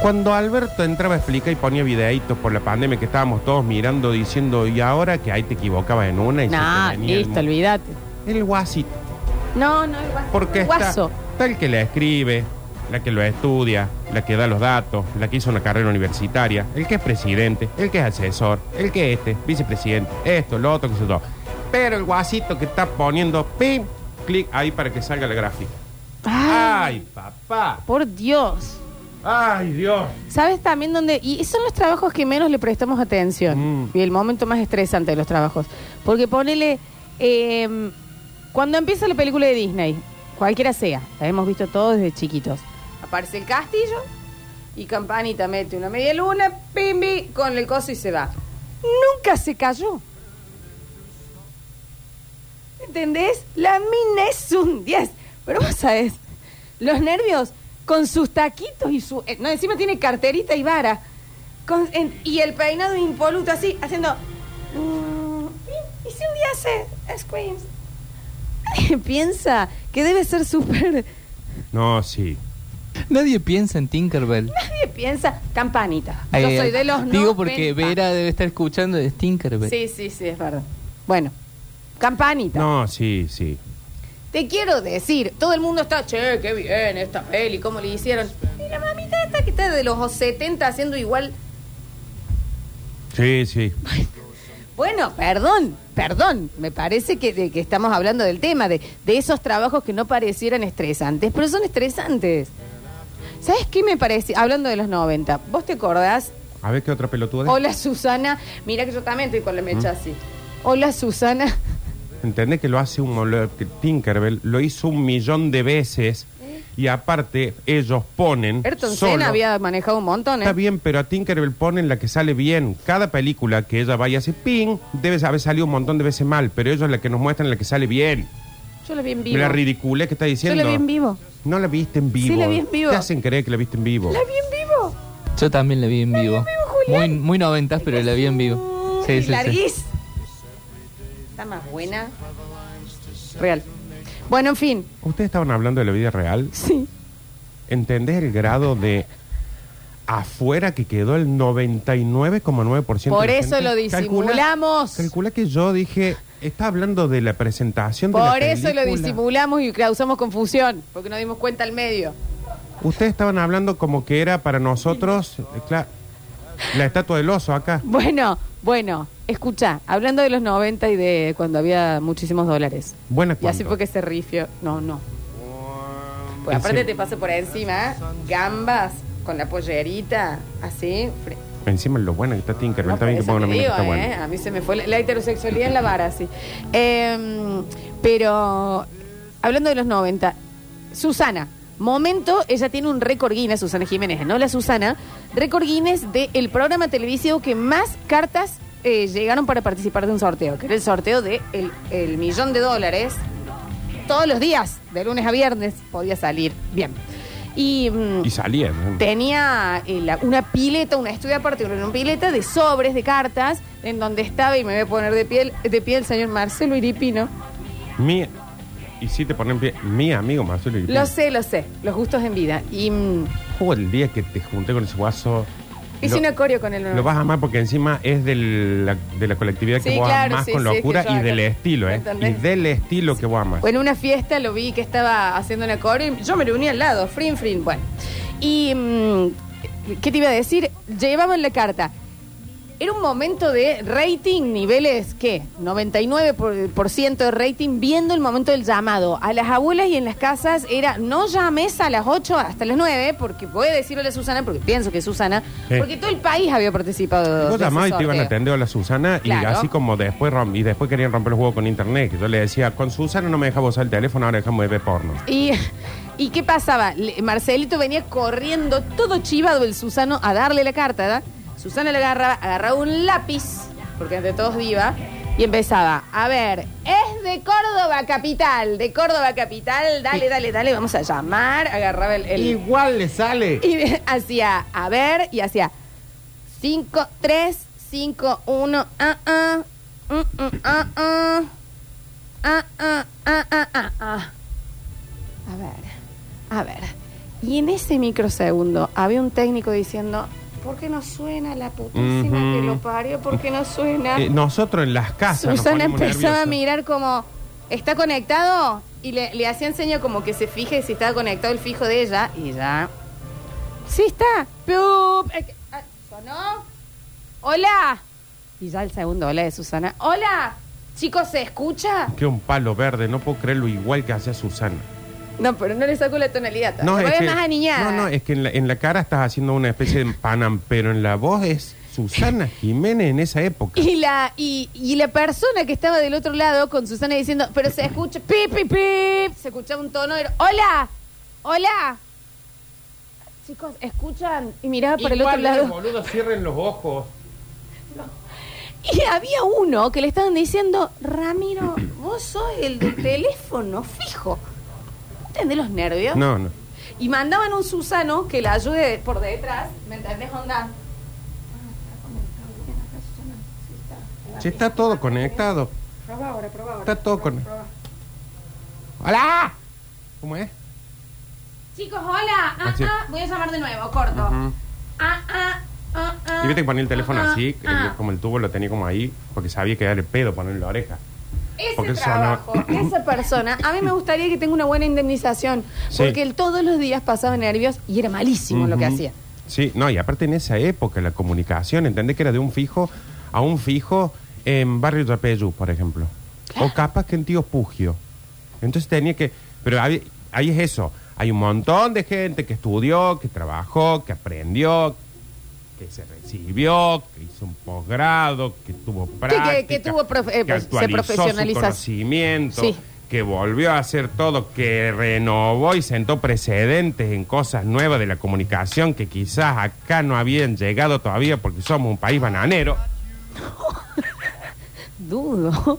Speaker 3: Cuando Alberto entraba a explicar y ponía videitos por la pandemia que estábamos todos mirando diciendo, y ahora que ahí te equivocabas en una y se
Speaker 2: No,
Speaker 3: te venía el
Speaker 2: listo,
Speaker 3: mu-
Speaker 2: olvídate.
Speaker 3: El guasito.
Speaker 2: No, no, el guaso.
Speaker 3: Porque
Speaker 2: el
Speaker 3: está,
Speaker 2: guaso.
Speaker 3: está el que la escribe, la que lo estudia, la que da los datos, la que hizo una carrera universitaria, el que es presidente, el que es asesor, el que es este, vicepresidente, esto, lo otro, que sé yo. Pero el guasito que está poniendo pim, clic ahí para que salga la gráfica.
Speaker 2: Ay,
Speaker 3: ¡Ay, papá!
Speaker 2: por Dios.
Speaker 3: ¡Ay, Dios!
Speaker 2: ¿Sabes también dónde? Y son los trabajos que menos le prestamos atención.
Speaker 3: Mm.
Speaker 2: Y el momento más estresante de los trabajos. Porque ponele. eh, cuando empieza la película de Disney, cualquiera sea, la hemos visto todos desde chiquitos. Aparece el castillo y Campanita mete una media luna, pimbi, con el coso y se va. Nunca se cayó. ¿Entendés? La mina es un 10. Pero vos sabés, los nervios con sus taquitos y su. eh, no, encima tiene carterita y vara. Con- en- y el peinado impoluto así, haciendo. mm, y si un día hace screams. Piensa que debe ser súper.
Speaker 3: No, sí.
Speaker 5: Nadie piensa en Tinkerbell.
Speaker 2: Nadie piensa campanita. Yo
Speaker 5: Eh,
Speaker 2: soy de los
Speaker 5: Digo
Speaker 2: 90.
Speaker 5: porque Vera debe estar escuchando de Tinkerbell.
Speaker 2: Sí, sí, sí, es verdad. Bueno, campanita.
Speaker 3: No, sí, sí.
Speaker 2: Te quiero decir, todo el mundo está, che, qué bien esta peli, cómo le hicieron. Y la mamita esta que está de los 70 haciendo igual.
Speaker 3: Sí, sí.
Speaker 2: Bueno, perdón, perdón. Me parece que, de que estamos hablando del tema, de, de esos trabajos que no parecieran estresantes, pero son estresantes. ¿Sabes qué me parece? Hablando de los 90, ¿vos te acordás?
Speaker 3: A ver qué otra pelotuda.
Speaker 2: Hola Susana, mira que yo también estoy con la mecha así. Hola Susana.
Speaker 3: ¿Entendés que lo hace un lo- que Tinkerbell? Lo hizo un millón de veces y aparte ellos ponen.
Speaker 2: ¿Eh? Ayrton
Speaker 3: solo-
Speaker 2: Senna había manejado un montón,
Speaker 3: Está
Speaker 2: ¿eh?
Speaker 3: bien, pero a Tinkerbell ponen la que sale bien. Cada película que ella vaya a hacer ping debe haber salido un montón de veces mal, pero ellos la que nos muestran la que sale bien.
Speaker 2: Yo la vi en vivo.
Speaker 3: La ridícula que está diciendo.
Speaker 2: Yo la vi en vivo.
Speaker 3: No la viste en vivo.
Speaker 2: Sí, la vi en vivo.
Speaker 3: Te hacen creer que la viste en vivo.
Speaker 2: La vi en vivo.
Speaker 5: Yo también la vi en vivo. Muy,
Speaker 2: Julián.
Speaker 5: muy noventas, pero la vi en vivo.
Speaker 2: Uy,
Speaker 5: Sí, sí, sí.
Speaker 2: larguís. Está más buena. Real. Bueno, en fin.
Speaker 3: Ustedes estaban hablando de la vida real.
Speaker 2: Sí.
Speaker 3: ¿Entendés el grado de afuera que quedó el 99,9%. de
Speaker 2: Por
Speaker 3: la
Speaker 2: eso
Speaker 3: gente.
Speaker 2: lo disimulamos.
Speaker 3: Calcula, calcula que yo dije, está hablando de la presentación de la
Speaker 2: Por eso lo
Speaker 3: película.
Speaker 2: disimulamos y causamos confusión, porque nos dimos cuenta al medio.
Speaker 3: Ustedes estaban hablando como que era para nosotros eh, cla- la estatua del oso acá.
Speaker 2: Bueno, bueno, escucha, hablando de los 90 y de cuando había muchísimos dólares.
Speaker 3: Buena
Speaker 2: Y así
Speaker 3: cuánto.
Speaker 2: fue que se rifió. No, no. Pues
Speaker 3: En
Speaker 2: aparte
Speaker 3: serio.
Speaker 2: te pasa por encima, ¿eh? gambas con la pollerita, así. fre-
Speaker 3: Encima lo bueno que está Tinkerbell,
Speaker 2: No,
Speaker 3: está bien
Speaker 2: por
Speaker 3: que ponga
Speaker 2: eso te
Speaker 3: una mina que
Speaker 2: digo,
Speaker 3: está
Speaker 2: ¿eh?
Speaker 3: buena.
Speaker 2: A mí se me fue la, la heterosexualidad en la vara, sí. Em, pero, hablando de los 90, Susana, momento, ella tiene un récord Guinness, Susana Jiménez, ¿no? La Susana, récord Guinness del programa televisivo que más cartas eh, llegaron para participar de un sorteo, que era el sorteo de el, el millón de dólares. Todos los días, de lunes a viernes, podía salir. Bien. Y, mm,
Speaker 3: Y salía. ¿no?
Speaker 2: tenía eh, la- una pileta, una estudia aparte, una pileta de sobres, de cartas, en donde estaba, y me voy a poner de piel, de pie el señor Marcelo Iripino.
Speaker 3: Mi, y si te ponen pie, mi amigo Marcelo Iripino.
Speaker 2: Lo sé, lo sé, los gustos en vida. Y mm,
Speaker 3: Jugó el día que te junté con ese guaso.
Speaker 2: hice
Speaker 3: lo-
Speaker 2: un acorio con él. ¿no?
Speaker 3: Lo vas a amar porque encima es del- la- de la colectividad que
Speaker 2: Sí,
Speaker 3: vos
Speaker 2: claro,
Speaker 3: amás
Speaker 2: sí,
Speaker 3: con
Speaker 2: sí, es que
Speaker 3: locura
Speaker 2: yo
Speaker 3: y del
Speaker 2: acá-
Speaker 3: estilo, ¿eh? Y
Speaker 2: ¿Entendés?
Speaker 3: del estilo que vos amás.
Speaker 2: O en una fiesta lo vi que estaba haciendo una coreo y yo me lo uní al lado, frin, frin, bueno. Y, mm, ¿qué te iba a decir? Llevaban la carta. Era un momento de rating, niveles, ¿qué? 99% por- por ciento de rating, viendo el momento del llamado. A las abuelas y en las casas era, no llames a las 8 hasta las 9, porque voy a decirle a Susana, porque pienso que es Susana,
Speaker 3: Sí.
Speaker 2: porque todo el país había participado.
Speaker 3: Vos
Speaker 2: de ese
Speaker 3: llamabas y te iban a
Speaker 2: sorteo.
Speaker 3: atender a la Susana y
Speaker 2: Claro.
Speaker 3: así como después rom- y después querían romper el juego con internet. Que yo le decía, con Susana no me deja usar el teléfono, ahora dejamos de ver porno.
Speaker 2: Y, ¿Y qué pasaba? Le- Marcelito venía corriendo todo chivado el Susano a darle la carta, ¿verdad? Susana le agarraba, agarraba un lápiz, porque entre todos diva, y empezaba, a ver, es de Córdoba Capital, de Córdoba Capital, dale, dale, dale, vamos a llamar, agarraba el... el-
Speaker 6: Igual le sale.
Speaker 2: y hacía, a ver, y hacía 5, 3, 5, 1, ah, ah, mm, mm, ah, ah, ah, ah, ah, ah, ah, ah. A ver, a ver. Y en ese microsegundo había un técnico diciendo, ¿por qué no suena la putísima
Speaker 3: Ujú.
Speaker 2: que lo parió? ¿Por qué no suena?
Speaker 3: Eh, nosotros en las casas. nos
Speaker 2: Susana
Speaker 3: poníamos
Speaker 2: empezaba a
Speaker 3: nerviosos.
Speaker 2: mirar como, ¿está conectado? Y le, le hacía enseño como que se fije si estaba conectado el fijo de ella. Y ya. Sí está. Piup. Eh, ah, ¿Sonó? Hola. Y ya el segundo hola de Susana. Hola. Chicos, ¿se escucha?
Speaker 3: Que un palo verde, no puedo creer lo igual que hacía Susana.
Speaker 2: No, pero no le saco la tonalidad.
Speaker 3: No,
Speaker 2: No,
Speaker 3: es que,
Speaker 2: más aniñada.
Speaker 3: no, no, es que en la, en la cara estás haciendo una especie de panam, pero en la voz es Susana Jiménez en esa época.
Speaker 2: Y la, y, y la persona que estaba del otro lado con Susana diciendo, pero se escucha, pip, pip, pip, se escuchaba un tono, era, hola, hola. Chicos, escuchan, y miraba para el otro lado.
Speaker 3: boludo, cierren los ojos.
Speaker 2: Y había uno que le estaban diciendo, Ramiro, vos sos el del teléfono fijo. ¿Entendés los nervios?
Speaker 3: No, no.
Speaker 2: Y mandaban un Susano que la ayude por detrás, ¿me entendés, onda?
Speaker 3: Che, está todo conectado.
Speaker 2: Probá ahora, probá ahora.
Speaker 3: Está todo
Speaker 2: probá,
Speaker 3: con-
Speaker 2: probá.
Speaker 3: ¡Hola! ¿Cómo es?
Speaker 2: Chicos, hola. Ah,
Speaker 3: Así es.
Speaker 2: ah, voy a llamar de nuevo, corto.
Speaker 3: Ujú.
Speaker 2: Ah, ah, ah, ah.
Speaker 3: Y viste que ponía el teléfono
Speaker 2: Ah,
Speaker 3: así, el-
Speaker 2: ah.
Speaker 3: como el tubo lo tenía como ahí, porque sabía que era el pedo ponerle la oreja. porque
Speaker 2: Ese
Speaker 3: eso
Speaker 2: trabajo, esa persona, a mí me gustaría que tenga una buena indemnización,
Speaker 3: Sí.
Speaker 2: porque él todos los días pasaba nervios y era malísimo en lo que
Speaker 3: Ujú.
Speaker 2: hacía.
Speaker 3: Sí, no, y aparte en esa época la comunicación, entendés que era de un fijo a un fijo en Barrio Trapeyú, por ejemplo. O capaz que en Tío Pugio. Entonces tenía que. Pero hay- ahí es eso. Hay un montón de gente que estudió, que trabajó, que aprendió, que se recibió, que hizo un posgrado, que tuvo práctica,
Speaker 2: que tuvo profe- eh,
Speaker 3: que
Speaker 2: pues, se
Speaker 3: actualizó su
Speaker 2: profesionalizó.
Speaker 3: conocimiento,
Speaker 2: Sí.
Speaker 3: que volvió a hacer todo, que renovó y sentó precedentes en cosas nuevas de la comunicación que quizás acá no habían llegado todavía porque somos un país bananero.
Speaker 2: Dudo.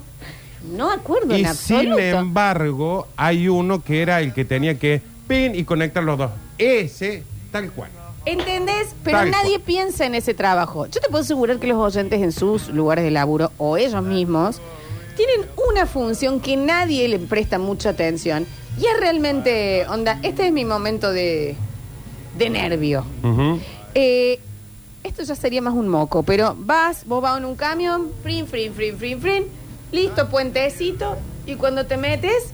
Speaker 2: No acuerdo
Speaker 3: Y
Speaker 2: en
Speaker 3: sin
Speaker 2: absoluto.
Speaker 3: embargo, hay uno que era el que tenía que pin y conectar los dos. Ese, tal cual.
Speaker 2: ¿Entendés? Pero
Speaker 3: Tal
Speaker 2: nadie
Speaker 3: cual.
Speaker 2: piensa en ese trabajo. Yo te puedo asegurar que los oyentes en sus lugares de laburo o ellos mismos tienen una función que nadie le presta mucha atención. Y es realmente, onda, este es mi momento de, de nervio.
Speaker 3: Ujú.
Speaker 2: Eh, esto ya sería más un moco, pero vas, vos vas en un camión, frin, frin, frin, frin, frin, listo, puentecito, y cuando te metes,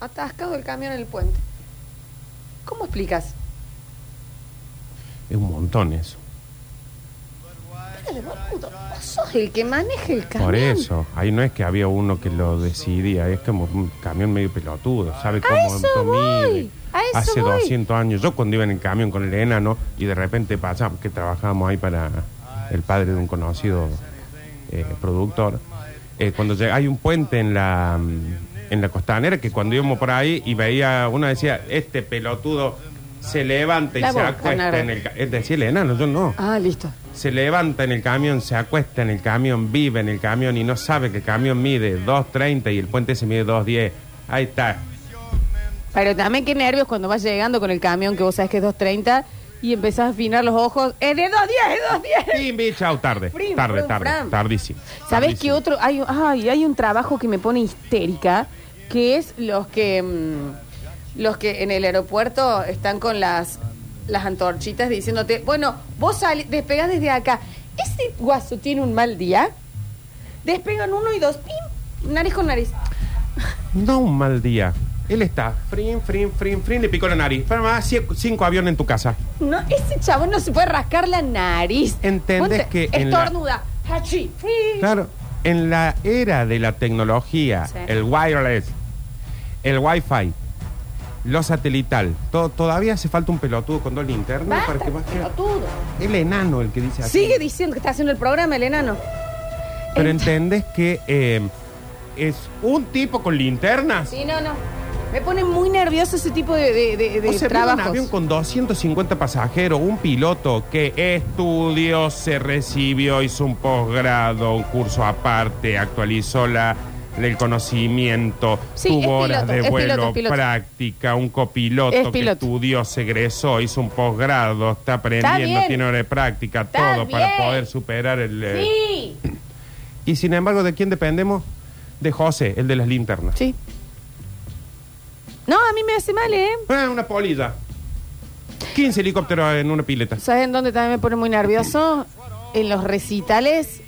Speaker 2: atascado el camión en el puente. ¿Cómo explicas?
Speaker 3: Es un montón eso.
Speaker 2: Dale, boludo, vos sos el que maneja el camión.
Speaker 3: Por eso, ahí no es que había uno que lo decidía, es como un camión medio pelotudo, sabe cómo
Speaker 2: eso
Speaker 3: cómo
Speaker 2: voy,
Speaker 3: mide.
Speaker 2: a eso
Speaker 3: Hace
Speaker 2: voy.
Speaker 3: 200 años, yo cuando iba en el camión con el enano y de repente pasamos, que trabajábamos ahí para el padre de un conocido eh, productor, eh, cuando llega, hay un puente en la mm, en la costanera que cuando íbamos por ahí y veía, uno decía, este pelotudo se levanta y
Speaker 2: La
Speaker 3: se
Speaker 2: boca,
Speaker 3: acuesta
Speaker 2: Nara.
Speaker 3: en el... ca-". Es decir, el enano, yo no
Speaker 2: Ah, listo.
Speaker 3: se levanta en el camión, se acuesta en el camión, vive en el camión y no sabe que el camión mide 2.30 y el puente se mide 2.10. Ahí está.
Speaker 2: Pero también qué nervios cuando vas llegando con el camión que vos sabés que es 2.30 y empezás a afinar los ojos. ¡Es de 2.10, es de 2.10!
Speaker 3: Pim, pim, chau, tarde.
Speaker 2: Frim,
Speaker 3: tarde,
Speaker 2: frum,
Speaker 3: tarde.
Speaker 2: fram.
Speaker 3: Tardísimo.
Speaker 2: ¿Sabés qué
Speaker 3: Tardísimo.
Speaker 2: otro? Hay, ay, hay un trabajo que me pone histérica, que es los que mm, los que en el aeropuerto están con las, las antorchitas diciéndote, bueno, vos sali- despegás desde acá. Ese guaso tiene un mal día. Despegan uno y dos, pim, nariz con nariz.
Speaker 3: No un mal día. Él está. Frim, frim, frim, frim. Le picó la nariz. Pero más cinco, cinco aviones en tu casa.
Speaker 2: No, ese chabón no se puede rascar la nariz.
Speaker 3: ¿Entendés
Speaker 2: Ponte-
Speaker 3: que en la-
Speaker 2: Estornuda. Hachi. Fri.
Speaker 3: Claro. En la era de la tecnología,
Speaker 2: Sí.
Speaker 3: el wireless, el wifi, lo satelital, to- todavía hace falta un pelotudo con dos linternas
Speaker 2: Basta,
Speaker 3: para que baje-
Speaker 2: pelotudo.
Speaker 3: El enano el que dice así.
Speaker 2: Sigue diciendo que está haciendo el programa el enano.
Speaker 3: Pero
Speaker 2: Ent-
Speaker 3: entendés que eh, es un tipo con linternas.
Speaker 2: Sí, no, no. Me pone muy nervioso ese tipo de, de, de- de
Speaker 3: O sea, viene un
Speaker 2: trabajos.
Speaker 3: avión con 250 pasajeros, un piloto que estudió, se recibió, hizo un posgrado, un curso aparte, actualizó la, el conocimiento,
Speaker 2: Sí, es
Speaker 3: tuvo horas
Speaker 2: piloto,
Speaker 3: de
Speaker 2: es
Speaker 3: vuelo,
Speaker 2: piloto, es piloto.
Speaker 3: práctica, un copiloto
Speaker 2: Es
Speaker 3: que
Speaker 2: piloto.
Speaker 3: estudió, se egresó, hizo un posgrado, está aprendiendo,
Speaker 2: bien.
Speaker 3: tiene horas de práctica,
Speaker 2: Está
Speaker 3: todo para
Speaker 2: bien.
Speaker 3: poder superar el... eh,
Speaker 2: Sí.
Speaker 3: Y sin embargo, ¿de quién dependemos? De José, el de las linternas.
Speaker 2: Sí. No, a mí me hace mal, ¿eh?
Speaker 3: Ah, una polilla. 15 helicópteros en una pileta.
Speaker 2: ¿Sabes en dónde también me pone muy nervioso? En los recitales.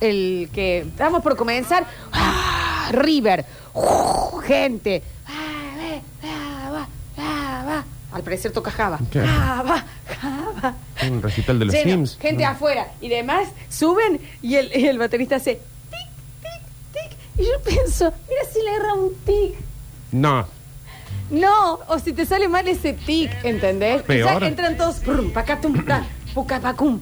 Speaker 2: El que. Estamos por comenzar. ¡Ah! River. ¡Uh! Gente. ¡Ah, ve! ¡Ah, va! ¡Ah, va! Al parecer toca Java.
Speaker 3: Claro.
Speaker 2: ¡Ah, va! ¡Ah, va!
Speaker 3: Un recital de los
Speaker 2: Lleno,
Speaker 3: Sims. Ah.
Speaker 2: Gente
Speaker 3: No.
Speaker 2: afuera. Y demás, suben y el, y el baterista hace tic, tic, tic. Y yo pienso, mira si le erra un tic.
Speaker 3: No.
Speaker 2: No, o si te sale mal ese tic, ¿entendés? Y ya
Speaker 3: Peor.
Speaker 2: entran todos, prum, pacatum, ta, pucapacum.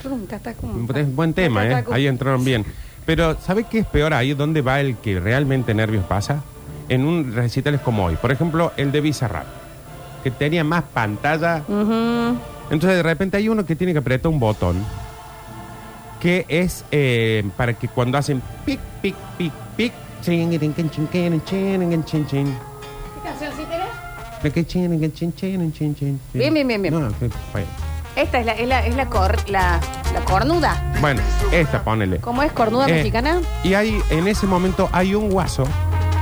Speaker 2: Prum, catacum, pa,
Speaker 3: Es buen tema, ¿eh?
Speaker 2: pacatacum.
Speaker 3: Ahí entraron bien. Pero, ¿sabes qué es peor ahí? ¿Dónde va el que realmente nervios pasa? En un recital es como hoy. Por ejemplo, el de Bizarrap, que tenía más pantalla. Entonces, de repente hay uno que tiene que apretar un botón que es eh, para que cuando hacen pic, pic, pic, pic, chin, chin, chin, chin, chin, chin, chin, chin,
Speaker 2: ¿Qué canción sí tenés?
Speaker 3: Me que chin, que chin, chin, chin, chin.
Speaker 2: Bien, bien, bien, bien.
Speaker 3: No, sí, bueno.
Speaker 2: Esta es la, es la, es la, cor- la, la cornuda.
Speaker 3: Bueno, esta ponele.
Speaker 2: ¿Cómo es? ¿Cornuda
Speaker 3: Eh,
Speaker 2: mexicana?
Speaker 3: Y hay, en ese momento hay un guaso.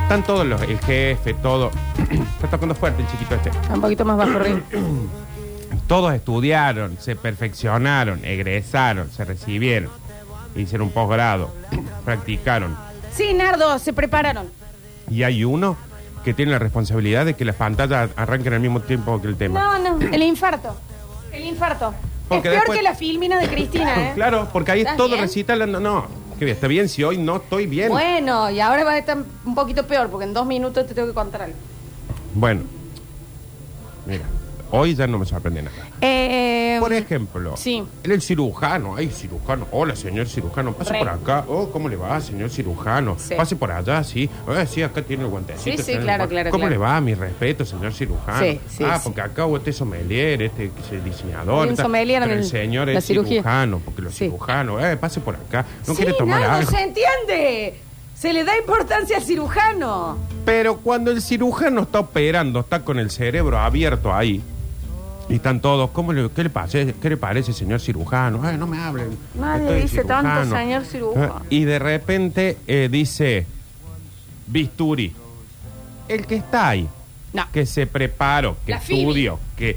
Speaker 3: Están todos los, el jefe, todo. Está tocando fuerte el chiquito este.
Speaker 2: Un poquito más bajo, Rin.
Speaker 3: Todos estudiaron, se perfeccionaron, egresaron, se recibieron, hicieron un posgrado, practicaron.
Speaker 2: Sí, Nardo, se prepararon.
Speaker 3: Y hay uno que tiene la responsabilidad de que las pantallas arranquen al mismo tiempo que el tema.
Speaker 2: No, no, el infarto. El infarto.
Speaker 3: Porque
Speaker 2: es peor
Speaker 3: después-
Speaker 2: que la filmina de Cristina, ¿eh?
Speaker 3: Claro, porque ahí es
Speaker 2: ¿Estás
Speaker 3: todo
Speaker 2: bien?
Speaker 3: recital. No, no, qué bien, está bien si hoy no estoy bien.
Speaker 2: Bueno, y ahora va a estar un poquito peor, porque en dos minutos te tengo que contar algo.
Speaker 3: Bueno, mira, hoy ya no me sorprende nada.
Speaker 2: Eh,
Speaker 3: Por ejemplo,
Speaker 2: sí.
Speaker 3: él el cirujano, ay, cirujano, hola, señor cirujano, pase
Speaker 2: Re.
Speaker 3: por acá, oh, ¿cómo le va, señor cirujano?
Speaker 2: Sí.
Speaker 3: Pase por allá, sí, Eh, sí, acá tiene el guantecito.
Speaker 2: Sí, sí,
Speaker 3: tiene el
Speaker 2: claro,
Speaker 3: guante.
Speaker 2: claro,
Speaker 3: ¿Cómo
Speaker 2: claro.
Speaker 3: le va? Mi respeto, señor cirujano.
Speaker 2: Sí, sí,
Speaker 3: ah,
Speaker 2: sí.
Speaker 3: porque acá vos este sommelier, este que es diseñador,
Speaker 2: Un
Speaker 3: tal.
Speaker 2: sommelier
Speaker 3: pero
Speaker 2: en
Speaker 3: el
Speaker 2: el-
Speaker 3: señor
Speaker 2: la
Speaker 3: es
Speaker 2: cirugía.
Speaker 3: cirujano, porque los
Speaker 2: Sí.
Speaker 3: cirujanos, eh, pase por acá, no
Speaker 2: sí,
Speaker 3: quiere tomar
Speaker 2: Nardo,
Speaker 3: algo.
Speaker 2: se entiende. Se le da importancia al cirujano.
Speaker 3: Pero cuando el cirujano está operando, está con el cerebro abierto ahí, y están todos, ¿cómo le, qué, le parece, ¿qué le parece, señor cirujano? Ay, no me hablen.
Speaker 2: Nadie
Speaker 3: estoy
Speaker 2: dice tanto, señor cirujano.
Speaker 3: Ah, Y de repente eh, dice, bisturi, el que está ahí,
Speaker 2: No.
Speaker 3: que se preparó, que
Speaker 2: La Phoebe.
Speaker 3: estudió, que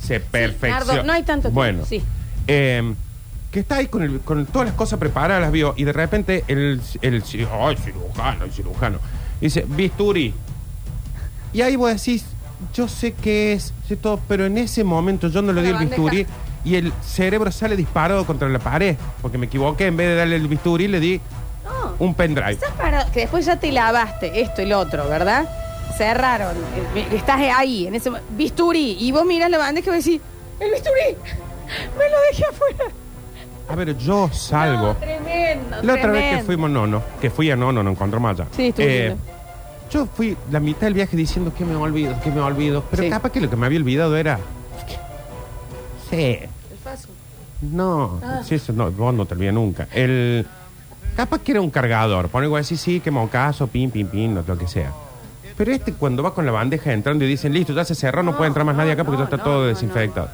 Speaker 3: Se perfecciona.
Speaker 2: Nardo, no hay tanto tiempo,
Speaker 3: Bueno.
Speaker 2: sí.
Speaker 3: eh, que está ahí con, el- con todas las cosas preparadas, las vio, y de repente el, el, ci- ay, cirujano, el cirujano, dice, bisturi. Y ahí vos decís, yo sé qué es, sé todo, pero en ese momento yo no le di el
Speaker 2: La bandeja.
Speaker 3: bisturi y el cerebro sale disparado contra la pared, porque me equivoqué, en vez de darle el bisturi le di
Speaker 2: No.
Speaker 3: un pendrive.
Speaker 2: Estás parado, que después ya te lavaste esto y lo otro, ¿verdad? Cerraron. eh, Estás ahí, en ese mo- bisturí. Y vos mirás la bandeja y vos decís, ¡el bisturí! ¡Me lo dejé afuera!
Speaker 3: A ver, yo salgo.
Speaker 2: No, tremendo,
Speaker 3: La otra vez que
Speaker 2: tremendo.
Speaker 3: fuimos Nono, que fui a Nono, no encontró más allá.
Speaker 2: Sí, estuvo
Speaker 3: Eh,
Speaker 2: lindo.
Speaker 3: Yo fui la mitad del viaje diciendo que me olvido, que me olvido. Pero
Speaker 2: Sí.
Speaker 3: capaz que lo que me había olvidado era. Sí.
Speaker 2: El paso. Ah.
Speaker 3: No, sí, eso no, vos no te olvidas nunca. El. Capaz que era un cargador. Pone igual así, sí, que mocazo, pim, pim, pim, lo que sea. Pero este cuando va con la bandeja entrando y dicen, listo, ya se cerró, no,
Speaker 2: No,
Speaker 3: puede entrar más
Speaker 2: no,
Speaker 3: nadie acá porque
Speaker 2: no,
Speaker 3: ya está
Speaker 2: no,
Speaker 3: todo
Speaker 2: no,
Speaker 3: desinfectado.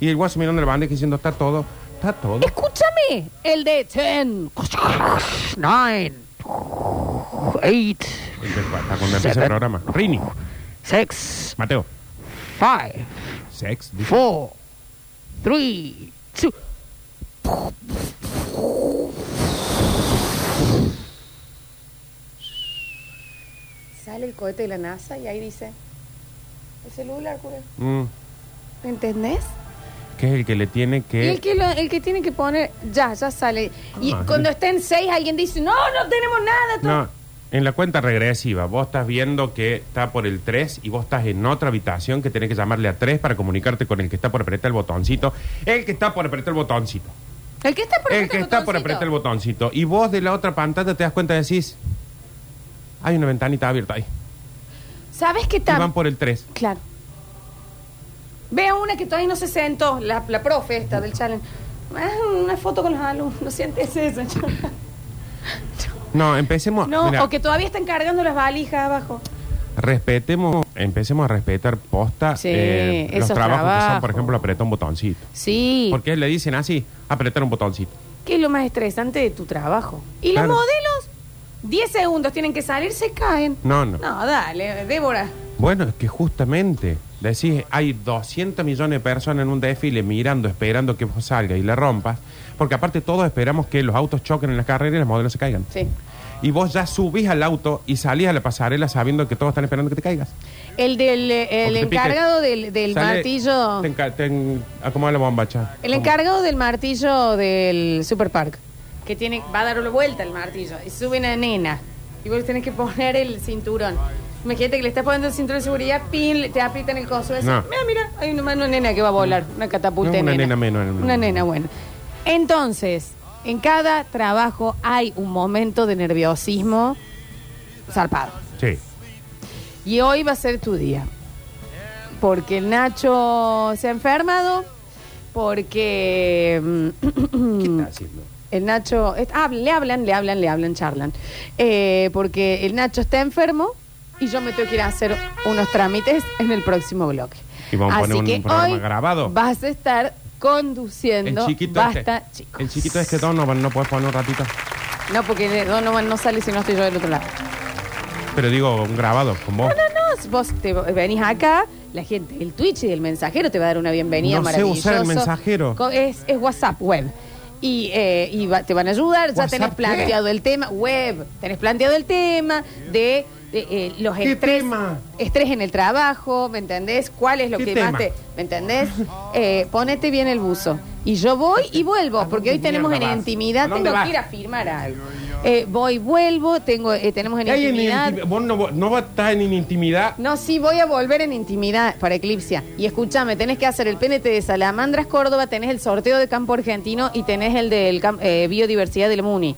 Speaker 3: Y el guaso mirando la bandeja diciendo, está todo, está todo.
Speaker 2: Escúchame, el de 10, 9, 8,
Speaker 3: Hasta cuando empieza el programa. Rini,
Speaker 2: 6,
Speaker 3: Mateo.
Speaker 2: 5,
Speaker 3: Sex. dice.
Speaker 2: 4, 3, 2. Sale el cohete de la NASA y ahí dice, el celular, cura.
Speaker 3: Mm,
Speaker 2: ¿Me entendés?
Speaker 3: que es el que le tiene
Speaker 2: Y
Speaker 3: que...
Speaker 2: el que, lo- el que tiene que poner, ya, ya sale. Y
Speaker 3: Ah.
Speaker 2: cuando está en 6 alguien dice, no, no tenemos nada. todo".
Speaker 3: No, en la cuenta regresiva, vos estás viendo que está por el 3 y vos estás en otra habitación que tenés que llamarle a 3 para comunicarte con el que está por apretar el botoncito. El que está por apretar el botoncito.
Speaker 2: El que está por
Speaker 3: el
Speaker 2: apretar
Speaker 3: que está por
Speaker 2: botoncito.
Speaker 3: apretar el botoncito. Y vos de la otra pantalla te das cuenta y decís... Hay una ventanita abierta ahí.
Speaker 2: ¿Sabes qué
Speaker 3: Y
Speaker 2: tal?
Speaker 3: van por el 3.
Speaker 2: Claro. Veo una que todavía no se sentó, la, la profe esta del challenge. Ah, una foto con los alumnos, sientes eso.
Speaker 3: No, empecemos...
Speaker 2: No,
Speaker 3: mirá,
Speaker 2: o que todavía están cargando las valijas abajo.
Speaker 3: Respetemos, empecemos a respetar posta
Speaker 2: Sí,
Speaker 3: eh, los
Speaker 2: esos
Speaker 3: trabajos, que son,
Speaker 2: trabajos.
Speaker 3: por ejemplo, apretar un botoncito.
Speaker 2: Sí.
Speaker 3: Porque le dicen así, apretar un botoncito.
Speaker 2: ¿Qué es lo más estresante de tu trabajo? ¿Y
Speaker 3: Claro.
Speaker 2: los modelos? 10 segundos tienen que salir, se caen.
Speaker 3: No, no.
Speaker 2: No, dale, Débora.
Speaker 3: Bueno, es que justamente, decís, hay 200 millones de personas en un desfile mirando, esperando que vos salgas y la rompas, porque aparte todos esperamos que los autos choquen en las carreras y los modelos se caigan.
Speaker 2: Sí.
Speaker 3: Y vos ya subís al auto y salís a la pasarela sabiendo que todos están esperando que te caigas.
Speaker 2: El del eh, el
Speaker 3: Porque te pique.
Speaker 2: encargado del, del
Speaker 3: Sale-
Speaker 2: martillo. Eh.
Speaker 3: Te, enca- te en- acomoda la bombacha.
Speaker 2: El encargado del martillo del Super Park. Que tiene, va a dar una vuelta el martillo. Y sube una nena. Y vos tenés que poner el cinturón. Imagínate que le estás poniendo el cinturón de seguridad, pin, le- te aprietan el coso. ese.
Speaker 3: No.
Speaker 2: Mira, mira, hay una, una nena que va a volar. Una catapulta.
Speaker 3: No,
Speaker 2: de
Speaker 3: una nena menos, no, no.
Speaker 2: Una nena, bueno. Entonces, en cada trabajo hay un momento de nerviosismo zarpado.
Speaker 3: Sí.
Speaker 2: Y hoy va a ser tu día. Porque el Nacho se ha enfermado. Porque. mm,
Speaker 3: ¿Qué está haciendo?
Speaker 2: El Nacho. es- hab- le hablan, le hablan, le hablan, charlan. Eh, porque el Nacho está enfermo y yo me tengo que ir a hacer unos trámites en el próximo bloque.
Speaker 3: Y vamos a
Speaker 2: Así
Speaker 3: poner un
Speaker 2: que
Speaker 3: programa
Speaker 2: hoy
Speaker 3: grabado.
Speaker 2: Vas a estar conduciendo.
Speaker 3: El chiquito
Speaker 2: basta,
Speaker 3: este.
Speaker 2: chicos.
Speaker 3: El chiquito este Donovan no puedes poner un ratito.
Speaker 2: No, porque Donovan no sale si no estoy yo del otro lado.
Speaker 3: Pero digo, un grabado con vos.
Speaker 2: Nos, vos te venís acá, la gente, el Twitch y el mensajero te va a dar una bienvenida
Speaker 3: No sé
Speaker 2: maravillosa.
Speaker 3: usar el mensajero.
Speaker 2: Co- Es, es WhatsApp web. Y, eh, y va- te van a ayudar, ya
Speaker 3: ¿WhatsApp
Speaker 2: tenés
Speaker 3: qué?
Speaker 2: planteado el tema, web, tenés planteado el tema de, de, eh, los
Speaker 3: ¿Qué
Speaker 2: estrés,
Speaker 3: tema?
Speaker 2: estrés en el trabajo, ¿me entendés? ¿Cuál es lo
Speaker 3: ¿Qué
Speaker 2: que
Speaker 3: tema?
Speaker 2: más te... ¿Me entendés? Eh, ponete bien el buzo. Y yo voy y vuelvo, porque hoy
Speaker 3: dónde
Speaker 2: tenemos en
Speaker 3: mierda vas? ¿A
Speaker 2: intimidad,
Speaker 3: dónde
Speaker 2: tengo
Speaker 3: vas?
Speaker 2: que ir a firmar algo. Eh, voy, vuelvo, tengo, eh, tenemos en
Speaker 3: ¿Qué hay en
Speaker 2: intimidad.
Speaker 3: intim- vos no, no vas a estar en intimidad
Speaker 2: No, sí, voy a volver en intimidad para Eclipsia. Y escúchame, tenés que hacer el PNT de Salamandras Córdoba, tenés el sorteo de Campo Argentino y tenés el de Biodiversidad del MUNI.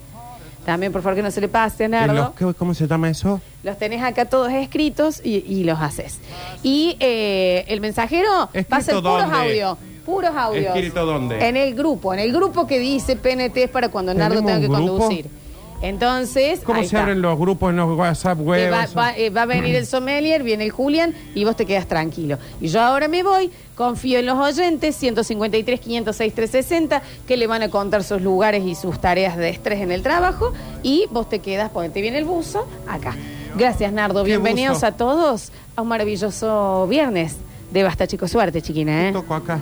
Speaker 2: También, por favor, que no se le pase,
Speaker 3: En los
Speaker 2: Nardo.
Speaker 3: que- ¿Cómo se llama eso?
Speaker 2: Los tenés acá todos escritos y, y los haces. Y eh, el mensajero va a ser puros
Speaker 3: ¿Escrito dónde?
Speaker 2: audios. Puros audios.
Speaker 3: ¿Escrito dónde?
Speaker 2: En el grupo. En el grupo que dice PNT es para cuando Nardo
Speaker 3: ¿Tenemos
Speaker 2: tenga que
Speaker 3: un grupo?
Speaker 2: conducir. Entonces.
Speaker 3: ¿Cómo
Speaker 2: ahí
Speaker 3: se
Speaker 2: está.
Speaker 3: abren los grupos en los WhatsApp web?
Speaker 2: Eh, va,
Speaker 3: eso?
Speaker 2: va- eh, va a venir el sommelier, viene el Julián y vos te quedas tranquilo. Y yo ahora me voy, confío en los oyentes, 153, 506, 360, que le van a contar sus lugares y sus tareas de estrés en el trabajo. Y vos te quedas, ponete bien el buzo, acá. Gracias, Nardo.
Speaker 3: ¿Qué
Speaker 2: Bienvenidos
Speaker 3: buzo?
Speaker 2: a todos a un maravilloso viernes. de Basta, chicos. Suerte, chiquina, ¿eh?
Speaker 3: Toco acá.